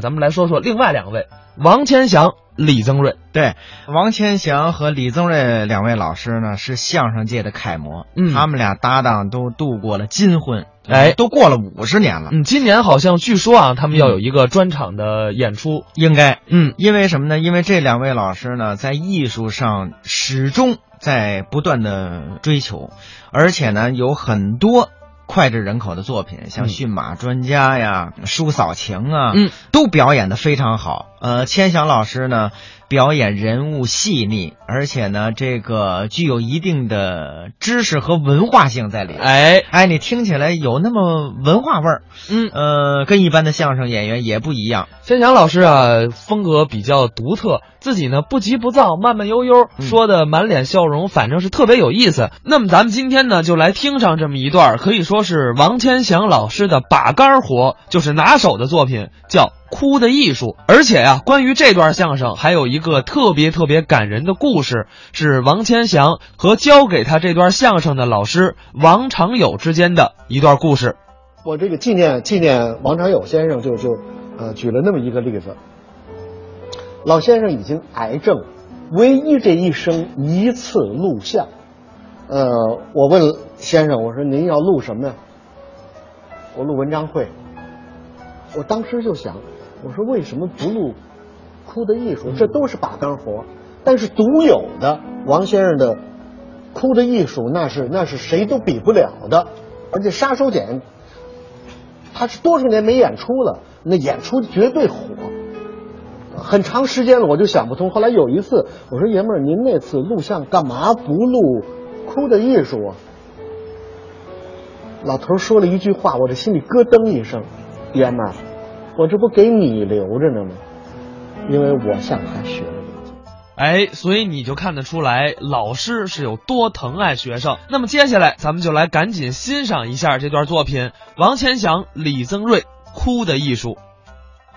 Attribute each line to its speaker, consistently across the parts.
Speaker 1: 咱们来说说另外两位，王千祥、李增瑞。
Speaker 2: 对，王千祥和李增瑞两位老师呢，是相声界的楷模。
Speaker 1: 嗯
Speaker 2: 他们俩搭档都度过了金婚，呃
Speaker 1: 哎
Speaker 2: 都过了五十年了，
Speaker 1: 嗯，今年好像据说啊，他们要有一个专场的演出。
Speaker 2: 应该。
Speaker 1: 嗯，
Speaker 2: 因为什么呢？因为这两位老师呢，在艺术上始终在不断的追求，而且呢，有很多脍炙人口的作品，像
Speaker 1: 嗯
Speaker 2: 《驯马专家》呀，叔嫂情》啊，
Speaker 1: 嗯，
Speaker 2: 都表演的非常好。呃，千祥老师呢，表演人物细腻，而且呢，这个具有一定的知识和文化性在里面。
Speaker 1: 哎，
Speaker 2: 哎，你听起来有那么文化味儿，
Speaker 1: 嗯，
Speaker 2: 呃，跟一般的相声演员也不一样。
Speaker 1: 千祥老师啊，风格比较独特，自己呢不急不躁，慢慢悠悠，
Speaker 2: 嗯
Speaker 1: 说的满脸笑容，反正是特别有意思。那么咱们今天呢，就来听上这么一段，可以说是王千祥老师的把杆活，就是拿手的作品，叫《哭的艺术》。而且啊，关于这段相声，还有一个特别特别感人的故事，是王千祥和教给他这段相声的老师王长友之间的一段故事。
Speaker 3: 我这个纪念纪念王长友先生就，就呃举了那么一个例子。老先生已经癌症，唯一这一生一次录像。呃，我问先生，我说您要录什么呀？我录文章会。我当时就想，我说为什么不录《哭的艺术》？这都是把杆活，但是独有的王先生的《哭的艺术》，那是那是谁都比不了的，而且杀手锏他是多少年没演出了，那演出绝对火。很长时间了，我就想不通。后来有一次，我说：“爷们儿，您那次录像干嘛不录《哭的艺术》啊？”老头儿说了一句话，我这心里咯噔一声。爷们儿，我这不给你留着呢吗？因为我向他学了。
Speaker 1: 哎，所以你就看得出来，老师是有多疼爱学生。那么接下来，咱们就来赶紧欣赏一下这段作品：王千祥、李增瑞《哭的艺术》。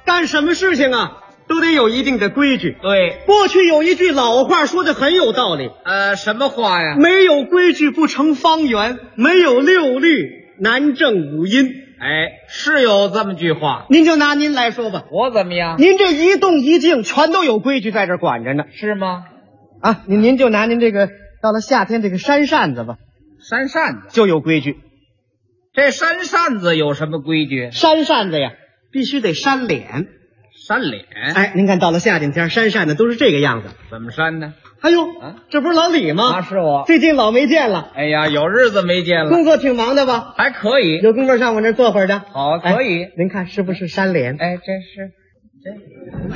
Speaker 4: 干什么事情啊，都得有一定的规矩。
Speaker 5: 对，
Speaker 4: 过去有一句老话说的很有道理：
Speaker 5: 呃，什么话呀？
Speaker 4: 没有规矩不成方圆，没有六律难正五音。
Speaker 5: 哎，是有这么句话。
Speaker 4: 您就拿您来说吧，
Speaker 5: 我怎么样？
Speaker 4: 您这一动一静全都有规矩在这管着呢
Speaker 5: 是吗？
Speaker 4: 啊！您您就拿您这个到了夏天这个扇扇子吧，
Speaker 5: 扇扇子，
Speaker 4: 就有规矩。
Speaker 5: 这扇扇子有什么规矩？
Speaker 4: 扇扇子呀，必须得扇脸。
Speaker 5: 扇脸，
Speaker 4: 哎，您看到了夏天天扇扇子都是这个样子。
Speaker 5: 怎么扇呢？
Speaker 4: 哎呦
Speaker 5: 啊，
Speaker 4: 这不是老李吗？
Speaker 5: 啊是嗯我
Speaker 4: 最近老没见了。
Speaker 5: 哎呀，有日子没见了，
Speaker 4: 工作挺忙的吧？
Speaker 5: 还可以。
Speaker 4: 有功夫上我那儿坐会儿的。
Speaker 5: 好可哦以
Speaker 4: 哎您看是不是扇脸？
Speaker 5: 哎，这是，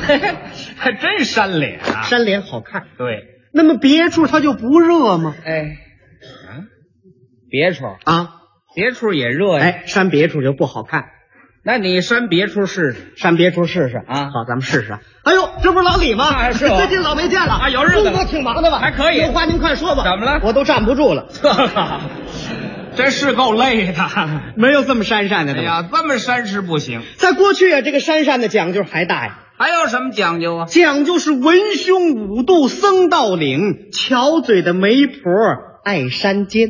Speaker 5: 这还真 扇脸啊
Speaker 4: 扇脸好看。
Speaker 5: 对，
Speaker 4: 那么别处它就不热吗？
Speaker 5: 哎，啊，别处，
Speaker 4: 啊，
Speaker 5: 别处也热呀。，
Speaker 4: 哎，扇别处就不好看。
Speaker 5: 那你扇别处试试。
Speaker 4: 扇别处试试
Speaker 5: 啊
Speaker 4: 好，咱们试试。哎呦，这不是老李吗？
Speaker 5: 哎是 我
Speaker 4: 最近老没见了
Speaker 5: 啊有日子了
Speaker 4: 工作挺忙的吧？
Speaker 5: 还可以
Speaker 4: 有话您快说吧。
Speaker 5: 怎么了
Speaker 4: 我都站不住了。
Speaker 5: 这是够累的。
Speaker 4: 没有这么扇扇的
Speaker 5: 哎
Speaker 4: 的。
Speaker 5: 呀，这么扇是不行。
Speaker 4: 在过去啊，这个扇扇的讲究还大呀，
Speaker 5: 还有什么讲究啊？
Speaker 4: 讲究是文胸五度僧道领，巧嘴的媒婆爱山尖。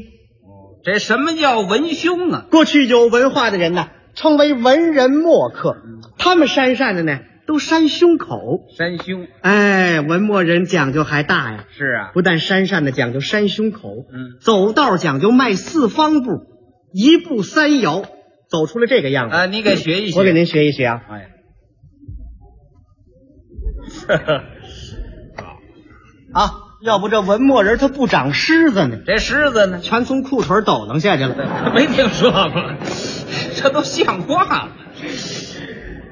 Speaker 5: 这什么叫文胸啊？
Speaker 4: 过去有文化的人呢，称为文人墨客，他们扇扇的呢，都扇胸口。
Speaker 5: 山胸
Speaker 4: 哎，文墨人讲究还大呀，
Speaker 5: 是啊，
Speaker 4: 不但扇扇的讲究扇胸口，
Speaker 5: 嗯，
Speaker 4: 走道讲究迈四方步，一步三摇，走出了这个样子。
Speaker 5: 啊，你给学一学。
Speaker 4: 我给您学一学啊，
Speaker 5: 哎，
Speaker 4: 啊，要不这文墨人他不长虱子呢，
Speaker 5: 这狮子呢？
Speaker 4: 全从裤腿抖楞下去了。
Speaker 5: 没听说过， 这都像话吗？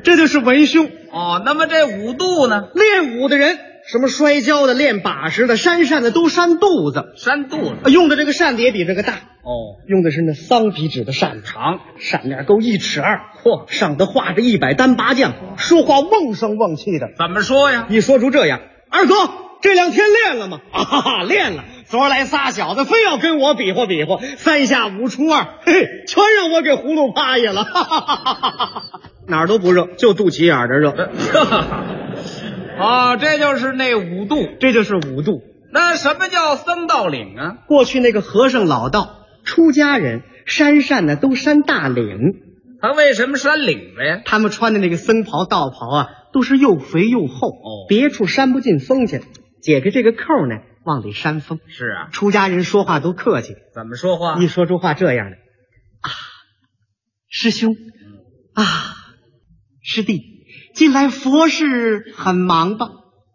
Speaker 4: 这就是文胸。
Speaker 5: 哦，那么这五度呢？
Speaker 4: 练武的人，什么摔跤的、练把式的、扇扇的，都扇肚子，
Speaker 5: 扇肚子。
Speaker 4: 啊用的这个扇子也比这个大。
Speaker 5: 哦，
Speaker 4: 用的是那桑皮纸的扇子，
Speaker 5: 长。
Speaker 4: 扇面够一尺二，
Speaker 5: 嚯，
Speaker 4: 上头画着一百单八将，说话瓮声瓮气的。
Speaker 5: 怎么说呀？
Speaker 4: 一说出这样，二哥这两天练了吗？啊哈哈，练了。昨儿来仨小子，非要跟我比划比划，三下五除二，嘿嘿，全让我给葫芦趴下了。哈哈哈哈哈哈哪儿都不热，就肚脐眼儿这热。
Speaker 5: 哦，这就是那五度。
Speaker 4: 这就是五度。
Speaker 5: 那什么叫僧道领啊？
Speaker 4: 过去那个和尚老道、出家人扇扇呢，都扇大领，
Speaker 5: 他为什么扇领子呀？
Speaker 4: 他们穿的那个僧袍、道袍啊，都是又肥又厚，
Speaker 5: 哦
Speaker 4: 别处扇不进风去。解开这个扣呢，往里扇风。
Speaker 5: 是啊，
Speaker 4: 出家人说话都客气，
Speaker 5: 怎么说话
Speaker 4: 一？说出话这样的啊，师兄啊，师弟，近来佛事很忙吧？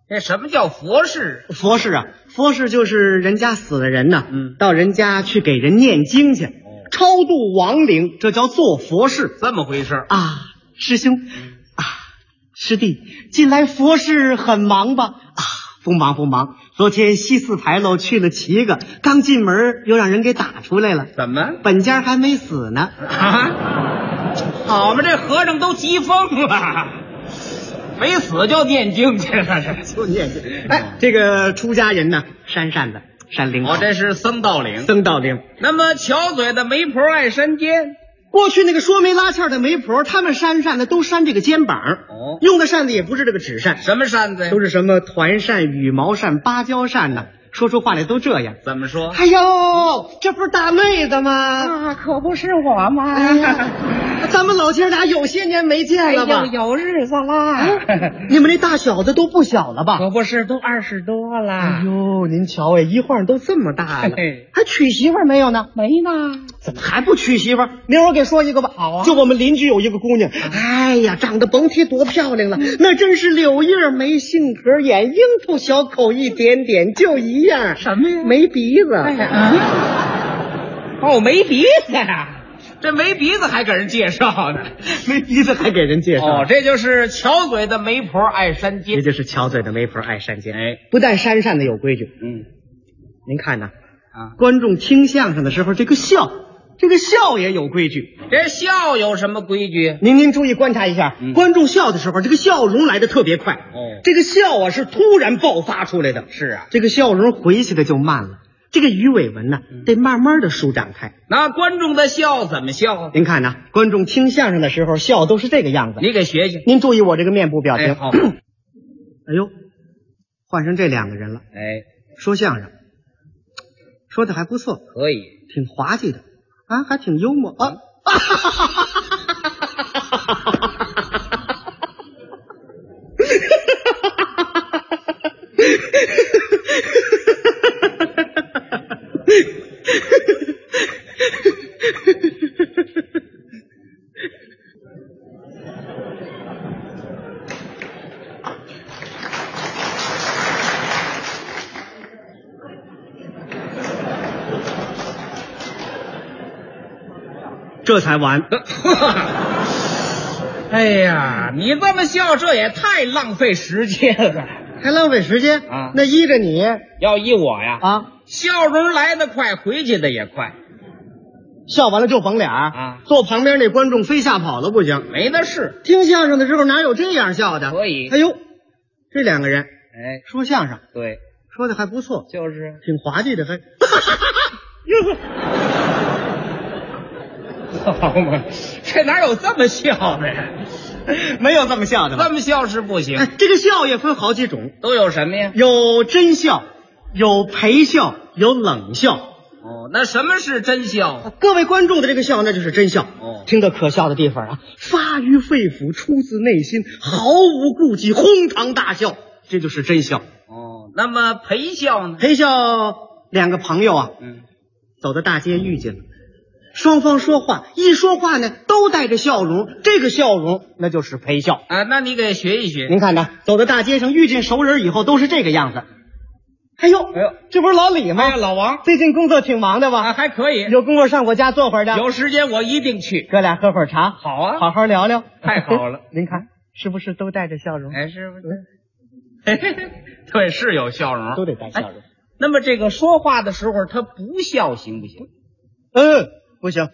Speaker 5: 那什么叫佛事？
Speaker 4: 佛事啊，佛事就是人家死了人呐，
Speaker 5: 嗯哦
Speaker 4: 到人家去给人念经去，超度亡灵，这叫做佛事
Speaker 5: 这么回事儿？
Speaker 4: 啊。师兄啊，师弟，近来佛事很忙吧？啊，不忙不忙，昨天西四牌楼去了七个，刚进门又让人给打出来了，
Speaker 5: 怎么
Speaker 4: 本家还没死呢。
Speaker 5: 啊？好嘛，这和尚都急疯了，没死就念经去了。这
Speaker 4: 就念经。哎，这个出家人呢，扇扇子，扇灵
Speaker 5: 我
Speaker 4: 口，
Speaker 5: 这是僧道领。
Speaker 4: 僧道灵。
Speaker 5: 那么巧嘴的媒婆爱山尖，
Speaker 4: 过去那个说媒拉纤的媒婆，他们扇扇子都扇这个肩膀，
Speaker 5: 哦
Speaker 4: 用的扇子也不是这个纸扇，
Speaker 5: 什么扇子呀？
Speaker 4: 都是什么团扇、羽毛扇、芭蕉扇呐、说出话来都这样。
Speaker 5: 怎么说？
Speaker 4: 哎呦，这不是大妹子吗？
Speaker 6: 啊，可不是我嘛！
Speaker 4: 哎呀，咱们老姐俩有些年没见了吧？
Speaker 6: 哎
Speaker 4: 嗯
Speaker 6: 有日子啦，
Speaker 4: 你们这大小子都不小了吧？
Speaker 6: 可不是，都二十多
Speaker 4: 哎
Speaker 6: 了，
Speaker 4: 呦，您瞧哎，一晃都这么大了
Speaker 5: 嘿，
Speaker 4: 还娶媳妇儿没有呢？
Speaker 6: 没呢。
Speaker 4: 怎么还不娶媳妇儿？明儿我给说一个吧。
Speaker 6: 好啊啊
Speaker 4: 就我们邻居有一个姑娘，哎呀，长得甭提多漂亮了，
Speaker 6: 嗯
Speaker 4: 那真是柳叶眉、杏核眼、樱桃小口一点点，就一样。
Speaker 6: 什么呀
Speaker 4: 没鼻子。
Speaker 6: 哎呀，啊哦，没鼻子呀！
Speaker 5: 这没鼻子还给人介绍呢。
Speaker 4: 没鼻子还给人介绍。
Speaker 5: 哦，这就是巧嘴的媒婆爱山
Speaker 4: 这
Speaker 5: 尖。
Speaker 4: 就是巧嘴的媒婆爱山尖，
Speaker 5: 啊哎，
Speaker 4: 不但山上的有规矩，
Speaker 5: 嗯，
Speaker 4: 您看呐，
Speaker 5: 啊
Speaker 4: 观众听相声的时候，这个笑，这个笑也有规矩。
Speaker 5: 这笑有什么规矩？
Speaker 4: 您您注意观察一下，
Speaker 5: 嗯
Speaker 4: 观众笑的时候，这个笑容来的特别快。
Speaker 5: 哦
Speaker 4: 这个笑啊是突然爆发出来的。
Speaker 5: 是啊
Speaker 4: 这个笑容回去的就慢了，这个鱼尾纹呢、得慢慢的舒展开。
Speaker 5: 嗯那观众的笑怎么笑啊？
Speaker 4: 您看呐、观众听相声的时候笑都是这个样子。
Speaker 5: 你给学学。
Speaker 4: 您注意我这个面部表情。
Speaker 5: 哎，好。
Speaker 4: 哎呦，换成这两个人了，
Speaker 5: 哎，
Speaker 4: 说相声，说的还不错，
Speaker 5: 可以。
Speaker 4: 挺滑稽的啊，还挺幽默啊。
Speaker 5: 嗯
Speaker 4: 这才完。
Speaker 5: 哎呀，你这么笑，这也太浪费时间了。
Speaker 4: 还浪费时间
Speaker 5: 啊
Speaker 4: 那依着你
Speaker 5: 要依我呀，
Speaker 4: 啊，
Speaker 5: 笑容来得快，回去的也快，
Speaker 4: 笑完了就甭脸儿
Speaker 5: 啊
Speaker 4: 坐旁边那观众非吓跑了不行。
Speaker 5: 没得试。
Speaker 4: 听相声的时候哪有这样笑的？
Speaker 5: 可以
Speaker 4: 哎呦，这两个人
Speaker 5: 哎，
Speaker 4: 说相声
Speaker 5: 对，
Speaker 4: 说的还不错，
Speaker 5: 就是。
Speaker 4: 挺滑稽的，还
Speaker 5: 好嘛， 这哪有这么笑的呀？
Speaker 4: 没有这么笑的吧
Speaker 5: 这？么笑是不行
Speaker 4: 哎，，这个笑也分好几种，
Speaker 5: 都有什么呀？
Speaker 4: 有真笑，有陪笑，有冷笑。
Speaker 5: 哦，那什么是真笑？
Speaker 4: 各位观众的这个笑，那就是真笑。
Speaker 5: 哦
Speaker 4: 听到可笑的地方啊，发于肺腑，出自内心，毫无顾忌，哄堂大笑，这就是真笑。
Speaker 5: 哦，那么陪笑呢？
Speaker 4: 陪笑两个朋友啊，
Speaker 5: 嗯，
Speaker 4: 走到大街遇见了，双方说话，一说话呢都带着笑容，这个笑容那就是陪笑。
Speaker 5: 啊，那你给学一学。
Speaker 4: 您看着，走到大街上遇见熟人以后都是这个样子。哎呦，
Speaker 5: 哎呦，
Speaker 4: 这不是老李吗？
Speaker 5: 哎呀，老王
Speaker 4: 最近工作挺忙的
Speaker 5: 啊，
Speaker 4: 吧？
Speaker 5: 还可以，
Speaker 4: 有功夫上我家坐会儿的。
Speaker 5: 有时间我一定去。
Speaker 4: 哥俩喝会儿茶，
Speaker 5: 好啊
Speaker 4: 好好聊聊，
Speaker 5: 太好了。
Speaker 4: 您看是不是都带着笑容？
Speaker 5: 哎，是不是？ 对，是有笑容，
Speaker 4: 都得带笑容
Speaker 5: 哎。那么这个说话的时候他不笑行不行？
Speaker 4: 嗯，不行，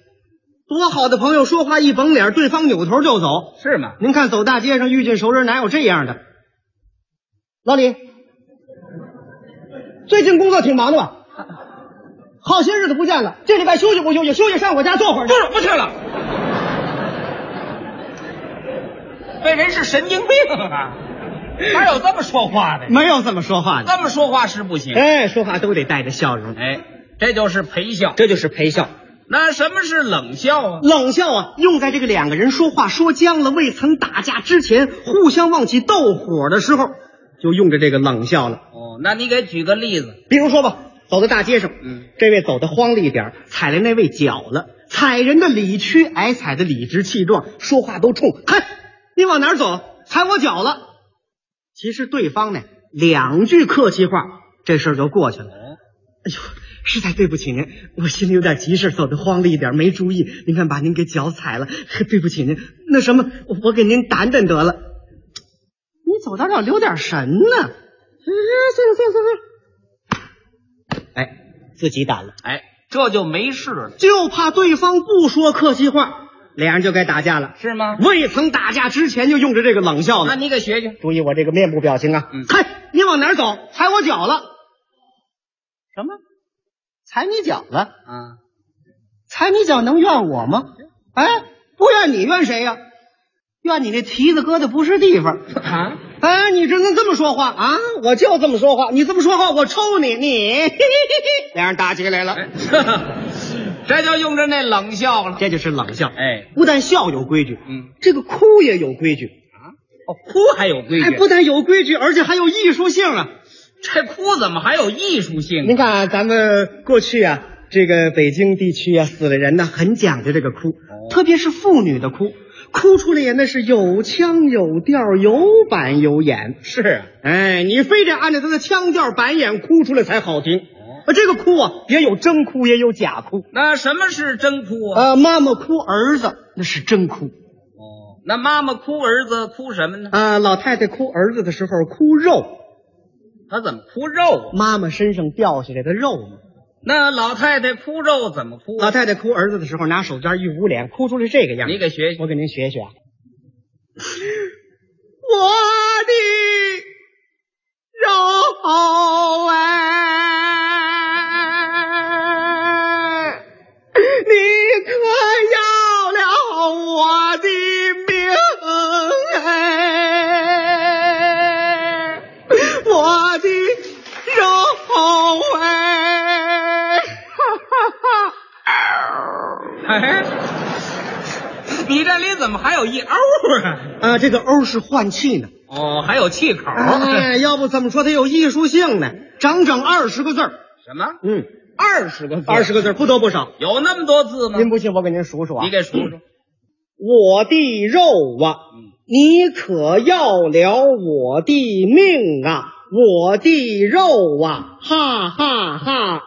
Speaker 4: 多好的朋友说话一绷脸，对方扭头就走。
Speaker 5: 是吗？
Speaker 4: 您看走大街上遇见熟人，哪有这样的？老李，最近工作挺忙的吧？好些日子不见了，这礼拜休息不休息？休息上我家坐会儿
Speaker 5: 不
Speaker 4: 去。
Speaker 5: 是，不去 了。这人是神经病啊！ 哪有这么说话的？
Speaker 4: 没有这么说话的。
Speaker 5: 这么说话是不行。
Speaker 4: 哎哎，说话都得带着笑容，
Speaker 5: 哎，这就是陪笑。
Speaker 4: 这就是陪笑。
Speaker 5: 那什么是冷笑啊？
Speaker 4: 冷笑啊，用在这个两个人说话说僵了、未曾打架之前，互相忘记斗火的时候，就用着这个冷笑了。
Speaker 5: 哦，那你给举个例子。
Speaker 4: 比如说吧，走在大街上，
Speaker 5: 嗯，
Speaker 4: 这位走的慌了一点儿，踩了那位脚了，踩人的理屈，挨踩的理直气壮，说话都冲，嘿，你往哪儿走？踩我脚了。其实对方呢，两句客气话，这事儿就过去了。哎呦，实在对不起您，我心里有点急事，走的慌了一点，没注意，您看把您给脚踩了， 对不起您。那什么，我给您掸掸得了。你走到这儿留点神呢。 哎算了算了算了，哎，自己掸了，
Speaker 5: 哎，这就没事了，
Speaker 4: 就怕对方不说客气话，俩人就该打架了。
Speaker 5: 是吗？
Speaker 4: 未曾打架之前就用着这个冷笑
Speaker 5: 那
Speaker 4: 呢。
Speaker 5: 你给学学。
Speaker 4: 注意我这个面部表情啊！
Speaker 5: 嗯
Speaker 4: 嗨，你往哪儿走？踩我脚了？什么？踩你脚了？
Speaker 5: 啊，
Speaker 4: 踩你脚能怨我吗？哎，不怨你怨谁呀、怨你那蹄子疙瘩不是地方
Speaker 5: 啊！
Speaker 4: 哎，你这能这么说话啊？我就这么说话，你这么说话，我抽你！你，嘿嘿嘿嘿俩人打起来了，
Speaker 5: 哎 这就用着那冷笑了。
Speaker 4: 这就是冷笑。
Speaker 5: 哎，
Speaker 4: 不但笑有规矩，
Speaker 5: 嗯，
Speaker 4: 这个哭也有规矩。
Speaker 5: 哦，哭还有规矩。
Speaker 4: 哎，不但有规矩，而且还有艺术性啊！
Speaker 5: 嗯这哭怎么还有艺术性
Speaker 4: 您
Speaker 5: 呢？
Speaker 4: 看啊，咱们过去啊，这个北京地区啊，死了人呢，很讲究这个哭，
Speaker 5: 哦
Speaker 4: 特别是妇女的哭，哭出来也那是有腔有调、有板有眼。
Speaker 5: 是啊，
Speaker 4: 哎，你非得按照他的腔调、板眼哭出来才好听。
Speaker 5: 哦
Speaker 4: 啊，这个哭啊，也有真哭，也有假哭。
Speaker 5: 那什么是真哭啊？
Speaker 4: 呃，妈妈哭儿子那是真哭，
Speaker 5: 哦，那妈妈哭儿子哭什么呢？
Speaker 4: 啊，老太太哭儿子的时候哭肉，
Speaker 5: 她怎么哭肉啊？
Speaker 4: 妈妈身上掉下来的肉嘛。
Speaker 5: 那老太太哭肉怎么哭啊？
Speaker 4: 老太太哭儿子的时候，拿手绢一捂脸，哭出来这个样。
Speaker 5: 你给学学。
Speaker 4: 我给您学学啊。 我的肉哎，你可要了我的命哎，我的肉哎，哈哈哈。
Speaker 5: 哎，你这里怎么还有一欧啊？
Speaker 4: 啊，这个欧是换气呢。
Speaker 5: 哦，还有气口。啊
Speaker 4: 哎，要不怎么说它有艺术性呢？整整二十个字儿，
Speaker 5: 什么？
Speaker 4: 嗯，
Speaker 5: 二十个字？
Speaker 4: 二十个字儿不多不少。
Speaker 5: 有那么多字吗？
Speaker 4: 您不信，我给您数数啊
Speaker 5: 你。给数数。
Speaker 4: 我的肉啊，
Speaker 5: 嗯
Speaker 4: 你可要了我的命啊！我的肉啊，哈哈哈！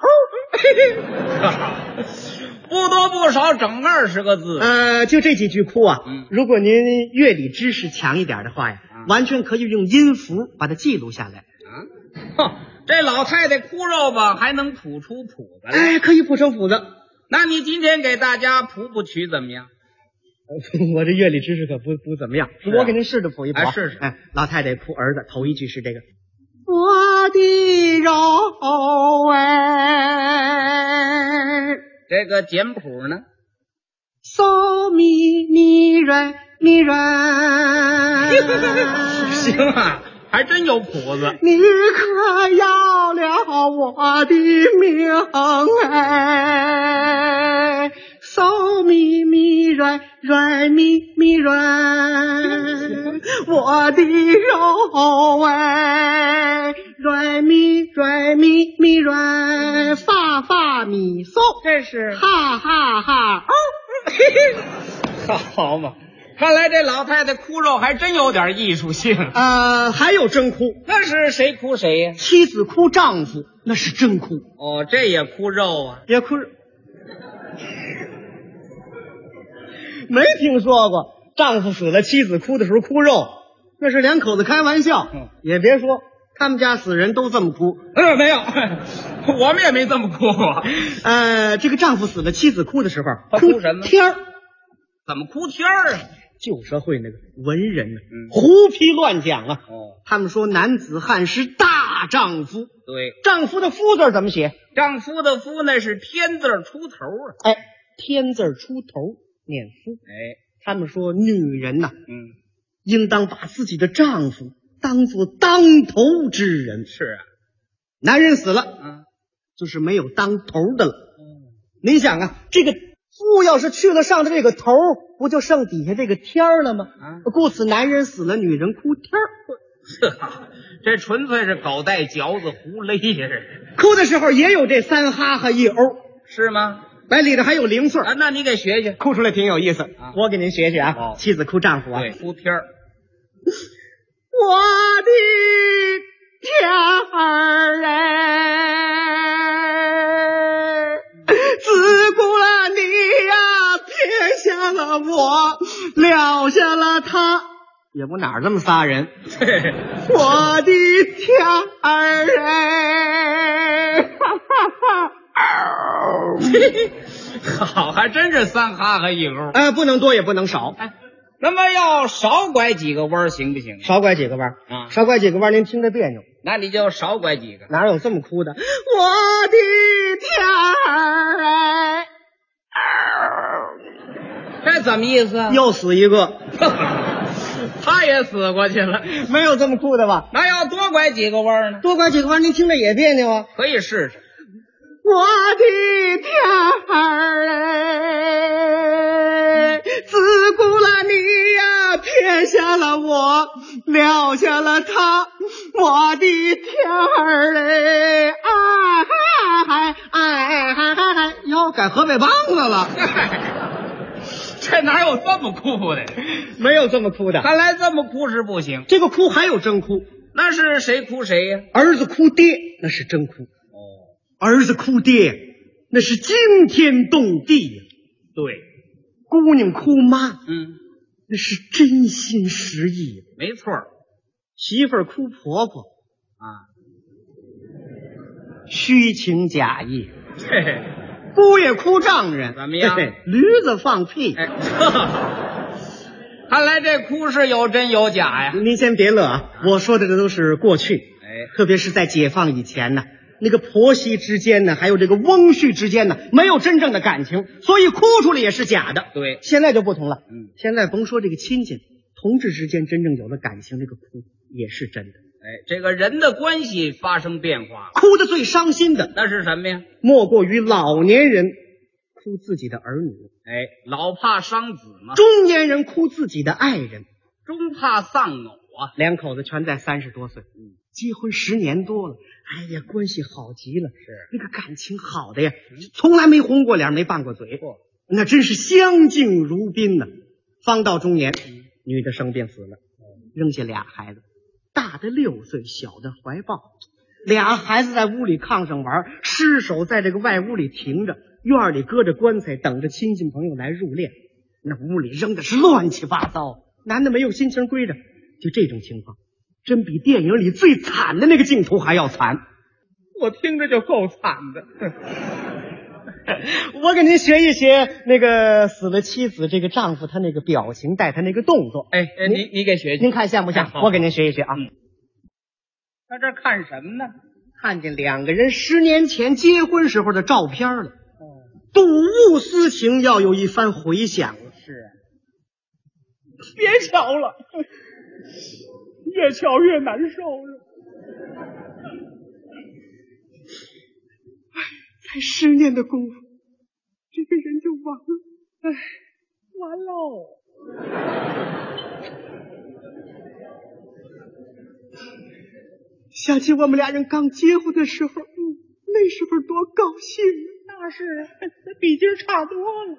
Speaker 5: 嗯不多不少，整二十个字。
Speaker 4: 呃，就这几句哭啊
Speaker 5: 嗯，
Speaker 4: 如果您乐理知识强一点的话呀，完全可以用音符把它记录下来。
Speaker 5: 哼，这老太太哭肉吧，还能谱出谱子来。
Speaker 4: 哎，可以谱成谱子。
Speaker 5: 那你今天给大家谱谱曲怎么样？
Speaker 4: 我这乐理知识可不不怎么样，
Speaker 5: 啊
Speaker 4: 我给您试着谱一谱啊，
Speaker 5: 哎试试
Speaker 4: 哎，老太太哭儿子，头一句是这个：我的肉哎，
Speaker 5: 这个简谱呢？
Speaker 4: 嗦咪咪瑞咪瑞，
Speaker 5: 行 啊，还真有谱子。
Speaker 4: 你可要了我的命哎，嗦咪咪软软咪咪软，我的肉哎，软咪软咪咪软，发发米嗦，
Speaker 5: 这是
Speaker 4: 哈哈哈哦。
Speaker 5: 好嘛？看来这老太太哭肉还真有点艺术性。
Speaker 4: 呃，还有真哭，
Speaker 5: 那是谁哭谁呀、
Speaker 4: 妻子哭丈夫，那是真哭，
Speaker 5: 哦，这也哭肉啊？
Speaker 4: 也哭。没听说过丈夫死了，妻子哭的时候哭肉，那是两口子开玩笑。
Speaker 5: 嗯
Speaker 4: 也别说他们家死人都这么哭。
Speaker 5: 嗯，没有， 我们也没这么哭啊过。
Speaker 4: 呃，这个丈夫死了，妻子哭的时候，
Speaker 5: 他哭什么
Speaker 4: 天儿，
Speaker 5: 怎么哭天儿啊？
Speaker 4: 旧社会那个文人呢、
Speaker 5: 嗯
Speaker 4: 胡批乱讲啊。
Speaker 5: 哦，
Speaker 4: 他们说男子汉是大丈夫，
Speaker 5: 对，
Speaker 4: 丈夫的夫字儿怎么写？
Speaker 5: 丈夫的夫那是天字儿出头啊。
Speaker 4: 哎，天字儿出头念夫。
Speaker 5: 哎，
Speaker 4: 他们说女人呐、
Speaker 5: 嗯，
Speaker 4: 应当把自己的丈夫当做当头之人。
Speaker 5: 是啊，
Speaker 4: 男人死了，
Speaker 5: 啊，嗯
Speaker 4: 就是没有当头的了。您想啊，这个
Speaker 7: 父要是去了上的这个头，不就剩底下这个天儿了吗？
Speaker 5: 啊
Speaker 7: 故此，男人死了，女人哭天儿。
Speaker 5: 啊这纯粹是狗带嚼子胡勒呀，这是
Speaker 4: 哭的时候也有这三哈哈一欧，
Speaker 5: 是吗？
Speaker 4: 哎，里头还有零碎儿，
Speaker 5: 啊，那你给学学。
Speaker 4: 哭出来挺有意思。我给您学学啊，
Speaker 5: 好
Speaker 4: 妻子哭丈夫啊，
Speaker 5: 哦对，哭天儿，
Speaker 4: 我的天儿哎，自古了你呀、撇下了我，撂下了他，也不哪儿这么仨人。我的天儿哎，哈哈哈。
Speaker 5: 好，还真是三哈哈一勾。
Speaker 4: 呃，不能多也不能少，
Speaker 5: 那么要少拐几个弯儿行不行？
Speaker 4: 少拐几个弯儿
Speaker 5: 啊
Speaker 4: 少拐几个弯儿您听着别扭。
Speaker 5: 那你就少拐几个。
Speaker 4: 哪有这么哭的？我的天儿哎，
Speaker 5: 这怎么意思啊？
Speaker 4: 又死一个，
Speaker 5: 他也死过去了，
Speaker 4: 没有这么哭的吧？
Speaker 5: 那要多拐几个弯儿呢？
Speaker 4: 多拐几个弯，您听着也别扭啊。
Speaker 5: 可以试试。
Speaker 4: 我的天儿哎，自古了你呀、撇下了我，撂下了他，我的天儿哎，啊嗨嗨哎嗨嗨嗨，哟，改河北梆子了，
Speaker 5: 这哪有这么哭的？
Speaker 4: 没有这么哭的，
Speaker 5: 看来这么哭是不行。
Speaker 4: 这个哭还有真哭，
Speaker 5: 那是谁哭谁呀、
Speaker 4: 儿子哭爹那是真哭，哦，儿子哭爹那是惊天动地呀，
Speaker 5: 对，
Speaker 4: 姑娘哭妈。
Speaker 5: 嗯，
Speaker 4: 那是真心实意。
Speaker 5: 没错 儿
Speaker 4: 媳妇儿哭婆婆，
Speaker 5: 啊。
Speaker 4: 虚情假意；
Speaker 5: 嘿嘿，
Speaker 4: 姑爷哭丈人，
Speaker 5: 怎么样
Speaker 4: 嘿嘿驴子放 屁。
Speaker 5: 哎，呵看来这哭是有真有假呀。
Speaker 4: 您先别乐啊，我说的这都是过去，
Speaker 5: 哎，
Speaker 4: 特别是在解放以前呢。那个婆媳之间呢，还有这个翁婿之间呢，没有真正的感情，所以哭出来也是假的。
Speaker 5: 对，哎
Speaker 4: 现在就不同了，
Speaker 5: 嗯，
Speaker 4: 现在甭说这个亲戚，同志之间真正有了感情，这个哭也是真的。
Speaker 5: 哎，这个人的关系发生变化，
Speaker 4: 哭的最伤心的，
Speaker 5: 那是什么呀？
Speaker 4: 莫过于老年人哭自己的儿女，
Speaker 5: 哎，老怕伤子嘛，
Speaker 4: 中年人哭自己的爱人，
Speaker 5: 终怕丧偶啊。
Speaker 4: 两口子全在三十多岁，嗯，结婚十年多了，哎呀，关系好极了，是嗯那个感情好的呀，从来没红过脸，没拌过嘴，那真是相敬如宾呐、方到中年，女的生病死了，扔下俩孩子，大的六岁，小的怀抱。俩孩子在屋里炕上玩，尸首在这个外屋里停着，院里搁着棺材，等着亲戚朋友来入殓。那屋里扔的是乱七八糟，男的没有心情归着，就这种情况，真比电影里最惨的那个镜头还要惨。
Speaker 5: 我听着就够惨的。
Speaker 4: 我给您学一学那个死了妻子这个丈夫他那个表情，带他那个动作，
Speaker 5: 哎，哎你你给学学
Speaker 4: 您。看像不像？
Speaker 5: 好
Speaker 4: 我给您学一学啊。
Speaker 5: 那这看什么呢？
Speaker 4: 看见两个人十年前结婚时候的照片了，睹物思情，要有一番回响了。
Speaker 5: 是啊
Speaker 6: 别瞧了，越瞧越难受了。
Speaker 4: 哎才十年的功夫，
Speaker 6: 这个人就完了，哎，完喽！
Speaker 4: 想起我们俩人刚结婚的时候，嗯，那时候多高兴啊！
Speaker 6: 那是啊，比今儿差多了。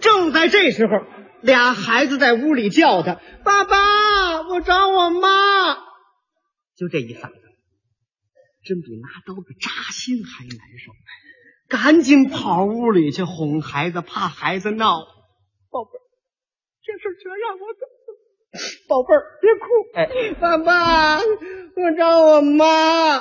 Speaker 4: 正在这时候，俩孩子在屋里叫他：“爸爸，我找我妈。”就这一嗓子，真比拿刀子扎心还难受。赶紧跑屋里去哄孩子，怕孩子闹。
Speaker 6: 宝贝儿，这事儿全让我走。宝贝儿，别哭，
Speaker 5: 哎
Speaker 4: 爸爸，我找我妈。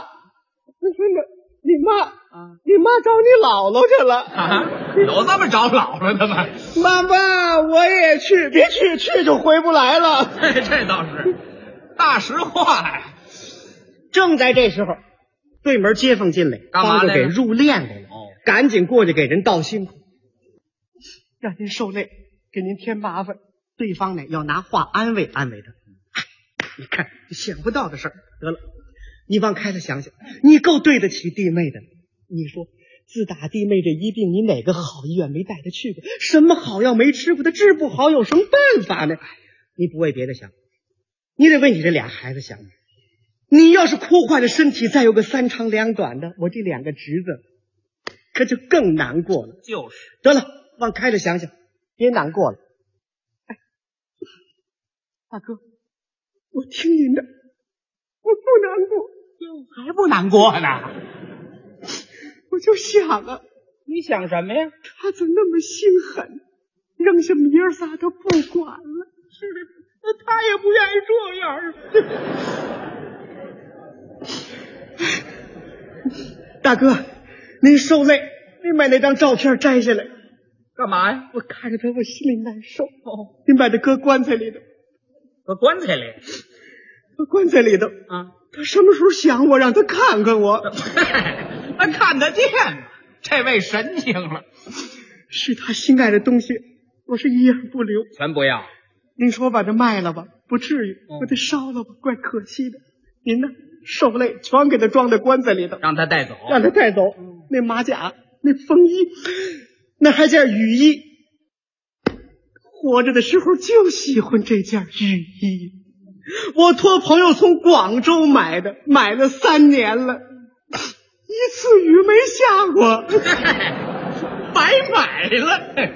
Speaker 6: 你妈啊，你妈找你姥姥去了。
Speaker 5: 啊，有这么找姥姥的吗？
Speaker 4: 妈妈，我也去，别去，去就回不来了。
Speaker 5: 这倒是 大实话呀。
Speaker 4: 正在这时候，对门街坊进来，
Speaker 5: 干嘛
Speaker 4: 帮着
Speaker 5: 来
Speaker 4: 给
Speaker 5: 了
Speaker 4: 入殓来了。
Speaker 5: 哦，
Speaker 4: 赶紧过去给人道辛苦，
Speaker 6: 让您受累，给您添麻烦。
Speaker 4: 对方呢要拿话安慰安慰他。哎你看，想不到的事儿，得了，你往开了想想，你够对得起弟妹的。你说，自打弟妹这一病，你哪个好医院没带她去过？什么好药没吃过？她治不好，有什么办法呢？你不为别的想，你得为你这俩孩子想。你要是哭坏了身体，再有个三长两短的，我这两个侄子可就更难过了。
Speaker 5: 就是
Speaker 4: 得了，往开了想想，别难过了。哎，大哥，我听您的，我不难过，
Speaker 5: 还不难过呢。
Speaker 4: 我就想啊，
Speaker 5: 你想什么呀？
Speaker 4: 他怎么那么心狠，扔下明儿仨都不管了？是的，那他也不愿意这样儿。大哥，您受累，您把那张照片摘下来，
Speaker 5: 干嘛呀？
Speaker 4: 我看着他，我心里难受。哦，您把它搁棺材里头，
Speaker 5: 搁棺材里
Speaker 4: 搁棺材里头。
Speaker 5: 啊？
Speaker 4: 他什么时候想我，让他看看我。
Speaker 5: 那看得见吗？这位神经了，
Speaker 4: 是他心爱的东西，我是一样不留。
Speaker 5: 全不要。
Speaker 4: 您说我把它卖了吧，不至于；
Speaker 5: 嗯
Speaker 4: 我得烧了吧，怪可惜的。您呢，受累，全给他装在棺材里头，
Speaker 5: 让他带走。
Speaker 4: 让他带走。那马甲，那风衣，那还件雨衣。活着的时候就喜欢这件雨衣，我托朋友从广州买的，买了三年了，一次雨没下过。
Speaker 5: 白买了。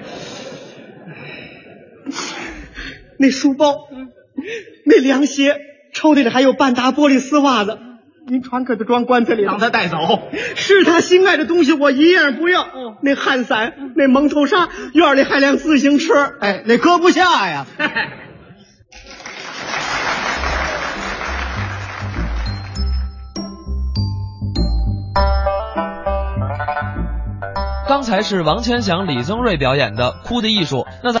Speaker 4: 那书包，那凉鞋，抽屉里还有半打玻璃丝袜子。您船可得装棺材里了
Speaker 5: 让。他带走。
Speaker 4: 是他心爱的东西，我一样不要。那汗伞，那蒙头纱，院里还辆自行车，嗯哎，那搁不下呀。
Speaker 1: 刚才是王千祥、李增瑞表演的《哭的艺术》，那咱。